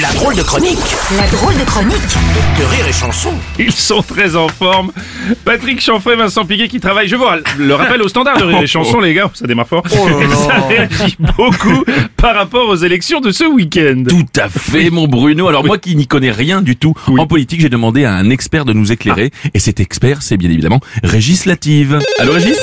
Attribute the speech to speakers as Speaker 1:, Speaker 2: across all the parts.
Speaker 1: La drôle de chronique
Speaker 2: La drôle de chronique
Speaker 1: de Rire et Chanson.
Speaker 3: Ils sont très en forme. Patrick Chanfray, Vincent Piguet qui travaillent, je vous le rappelle, au standard de Rire et Chanson, les gars, ça démarre fort.
Speaker 4: Oh
Speaker 3: Et ça réagit beaucoup par rapport aux élections de ce week-end.
Speaker 4: Tout à fait, mon Bruno. Alors moi qui n'y connais rien du tout en politique, j'ai demandé à un expert de nous éclairer. Et cet expert, c'est bien évidemment Régis Lative. Allô Régis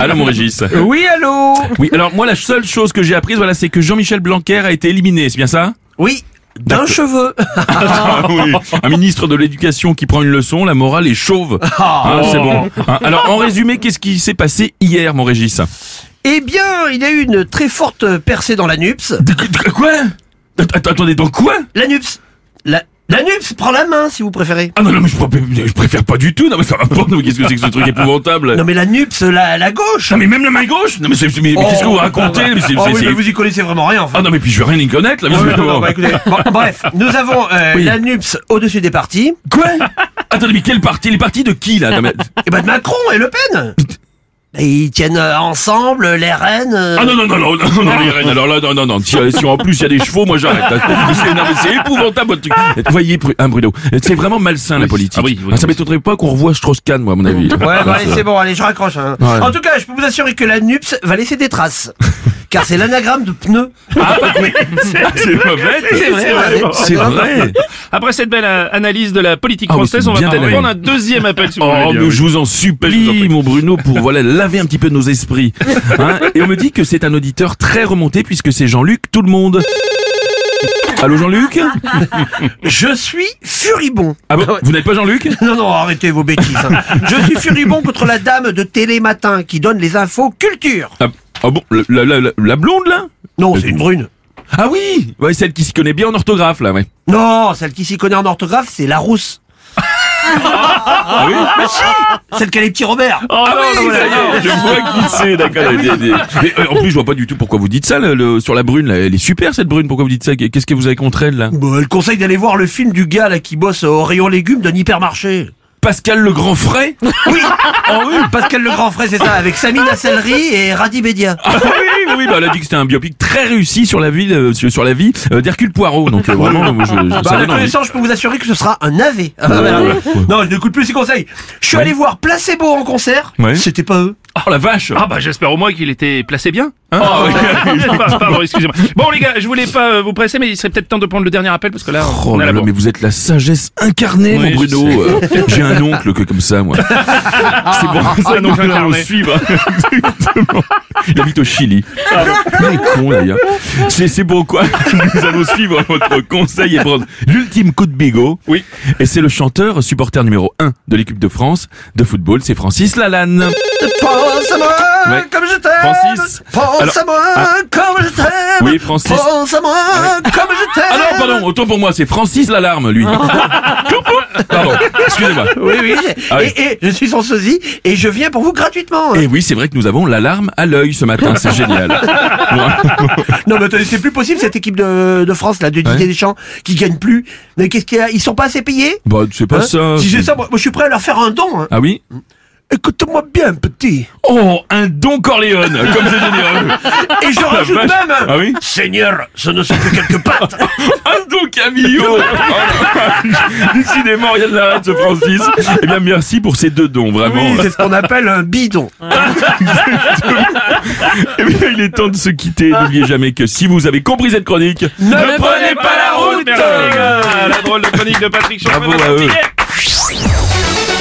Speaker 4: Allô mon Régis
Speaker 5: Oui, allô
Speaker 4: Oui, alors moi la seule chose que j'ai apprise, voilà, c'est que Jean-Michel Blanquer a été éliminé, c'est bien ça
Speaker 5: Oui, d'un cheveu.
Speaker 4: Ah Un ministre de l'éducation qui prend une leçon, la morale est chauve. Hein, c'est bon. Hein, Alors en résumé, qu'est-ce qui s'est passé hier, mon Régis
Speaker 5: Eh bien, il a eu une très forte percée dans la nups.
Speaker 4: Quoi Attendez, dans quoi
Speaker 5: La nups La, la nups Prends la main, si vous préférez.
Speaker 4: Ah non, non, mais je, pr- je préfère pas du tout. Non, mais ça va pas, nous. Qu'est-ce que c'est que ce truc épouvantable
Speaker 5: Non mais la nups, la, la gauche
Speaker 4: Non Ah, mais même la main gauche Non mais, c'est- mais- mais qu'est-ce que vous racontez bah, Mais c'est-
Speaker 5: Oh
Speaker 4: c'est-
Speaker 5: oui,
Speaker 4: c'est-
Speaker 5: mais vous y connaissez vraiment rien, en fait.
Speaker 4: Ah non mais puis je vais rien y connaître là. mais
Speaker 5: Oh,
Speaker 4: c'est-
Speaker 5: non, non, bah, écoutez, bon, bref, nous avons euh,
Speaker 4: Oui.
Speaker 5: la NUPS au-dessus des partis,
Speaker 4: Quoi Attendez mais quel parti Les partis de qui là Non, mais-
Speaker 5: et bah de Macron et Le Pen. Et ils tiennent euh, ensemble les reines. euh.
Speaker 4: Ah non non non non non non, non, les reines, alors là non non non si, euh, si en plus il y a des chevaux moi j'arrête. hein. C'est non, mais c'est épouvantable votre truc. Vous voyez Bru- hein, Bruno, c'est vraiment malsain la politique.
Speaker 3: Ah oui, oui.
Speaker 4: Hein, ça m'étonnerait pas qu'on revoie Strauss-Kahn moi à mon avis.
Speaker 5: Ouais, bah, allez, c'est bon, allez, je raccroche. hein.
Speaker 4: Ah, Ouais.
Speaker 5: En tout cas, je peux vous assurer que la NUPS va laisser des traces. car c'est l'anagramme de pneu.
Speaker 4: c'est pas bête.
Speaker 5: C'est vrai, ouais.
Speaker 4: C'est vrai.
Speaker 3: Après cette belle euh, analyse de la politique
Speaker 4: Ah oui,
Speaker 3: française,
Speaker 4: c'est
Speaker 3: on va
Speaker 4: bien
Speaker 3: prendre
Speaker 4: d'analyse.
Speaker 3: un deuxième appel si vous voulez
Speaker 4: Oh,
Speaker 3: bien,
Speaker 4: mais
Speaker 3: oui.
Speaker 4: je vous en supplie, mon Bruno, pour voilà laver un petit peu nos esprits. Hein Et on me dit que c'est un auditeur très remonté puisque c'est Jean-Luc, tout le monde. Allô Jean-Luc
Speaker 5: Je suis furibond.
Speaker 4: Ah bon Vous n'êtes pas Jean-Luc
Speaker 5: Non, non, arrêtez vos bêtises. hein. Je suis furibond contre la dame de Télématin qui donne les infos culture.
Speaker 4: ah, ah bon le- la, la- la- la blonde là
Speaker 5: Non, c'est une brune.
Speaker 4: Ah oui Ouais, celle qui s'y connaît bien en orthographe là, ouais.
Speaker 5: Non, celle qui s'y connaît en orthographe, c'est la rousse.
Speaker 4: Ah oui
Speaker 5: Mais si Celle qui a les petits Robert.
Speaker 3: Oh
Speaker 4: Ah
Speaker 3: non,
Speaker 4: oui,
Speaker 3: non,
Speaker 4: ça y
Speaker 3: non,
Speaker 4: est, Ah je vois qui c'est, d'accord. des- des- des- Mais, euh, en plus, je vois pas du tout pourquoi vous dites ça le- le- sur la brune. Là. Elle est super cette brune. Pourquoi vous dites ça Qu'est-ce que vous avez contre elle là
Speaker 5: Bon, elle conseille d'aller voir le film du gars là qui bosse au rayon légumes d'un hypermarché. Ah
Speaker 4: Pascal le Grand Frais
Speaker 5: Oui,
Speaker 4: Ah
Speaker 5: en une, Pascal le Grand Frère, c'est ça, avec Samina Sellerie et Radi Bédia.
Speaker 4: Ah oui, oui, bah, elle a dit que c'était un biopic très réussi sur la vie, euh, sur sur la vie euh, d'Hercule Poirot. Donc euh, vraiment, moi, je, je- ça
Speaker 5: Bah, à la
Speaker 4: donne envie.
Speaker 5: connaissance, je peux vous assurer que ce sera un navet. Ah, bah,
Speaker 4: Ouais,
Speaker 5: bah,
Speaker 4: ouais,
Speaker 5: bah. Non, je n'écoute plus ses conseils. Je suis allé voir Placebo en concert.
Speaker 4: Ouais.
Speaker 5: C'était pas eux.
Speaker 4: Oh la vache
Speaker 3: Ah bah j'espère au moins qu'il était placé bien.
Speaker 5: Oh,
Speaker 4: Hein
Speaker 3: Ah oui, pardon, pardon, excusez-moi. Bon les gars, je voulais pas euh, vous presser, mais il serait peut-être temps de prendre le dernier appel parce que là,
Speaker 4: Oh
Speaker 3: on a
Speaker 4: là
Speaker 3: la
Speaker 4: là,
Speaker 3: bourre.
Speaker 4: mais vous êtes la sagesse incarnée,
Speaker 3: Oui,
Speaker 4: mon
Speaker 3: je
Speaker 4: Bruno. Euh, J'ai un oncle que comme ça, moi. C'est bon, ça,
Speaker 3: donc,
Speaker 4: nous allons
Speaker 3: incarné.
Speaker 4: suivre. bah. Exactement. Il habite au Chili. Il est con, d'ailleurs. C'est c'est bon, quoi. Nous allons suivre votre conseil et prendre l'ultime coup de bigot.
Speaker 3: Oui.
Speaker 4: Et c'est le chanteur, supporter numéro 1 de l'équipe de France de football, c'est Francis Lalanne.
Speaker 5: Pense à moi
Speaker 4: Ouais.
Speaker 5: comme je t'aime.
Speaker 4: Francis.
Speaker 5: Pense
Speaker 4: Alors- ah.
Speaker 5: à moi comme je t'aime.
Speaker 4: Oui, Francis.
Speaker 5: Pense à moi comme je t'aime.
Speaker 4: Ah non, pardon, autant pour moi, c'est Francis l'alarme, lui. pardon, excusez-moi.
Speaker 5: Oui, oui.
Speaker 4: Ah oui.
Speaker 5: et, et je suis son sosie et je viens pour vous gratuitement. hein.
Speaker 4: Et oui, c'est vrai que nous avons l'alarme à l'œil ce matin, c'est génial.
Speaker 5: Ah, Non, mais attendez, c'est plus possible cette équipe de, de France, là, de Didier
Speaker 4: Ouais.
Speaker 5: Deschamps, qui gagne plus. Mais qu'est-ce qu'il y a Ils sont pas assez payés
Speaker 4: Bon, bah, c'est pas
Speaker 5: Hein
Speaker 4: ça.
Speaker 5: Si
Speaker 4: c'est-
Speaker 5: c'est ça, moi, moi, je suis prêt à leur faire un don. hein.
Speaker 4: Ah oui
Speaker 5: Écoute-moi bien, petit.
Speaker 4: Oh, un Don Corleone, comme c'est généreux.
Speaker 5: Et je rajoute
Speaker 4: vache.
Speaker 5: même. hein.
Speaker 4: Ah oui
Speaker 5: Seigneur, ce ne sont que quelques pattes.
Speaker 4: Un Don Camillo Oh là là. Décidément, rien de la rate, ce Francis. Eh bien, merci pour ces deux dons, vraiment.
Speaker 5: Oui, c'est ce qu'on appelle un bidon.
Speaker 4: Eh bien, il est temps de se quitter. N'oubliez jamais que si vous avez compris cette chronique,
Speaker 3: Ne prenez pas la route
Speaker 4: Merci, les gars.
Speaker 3: La drôle de chronique de Patrick Chanfray,
Speaker 4: Bravo à
Speaker 3: Vincent
Speaker 4: eux.
Speaker 3: Piguet.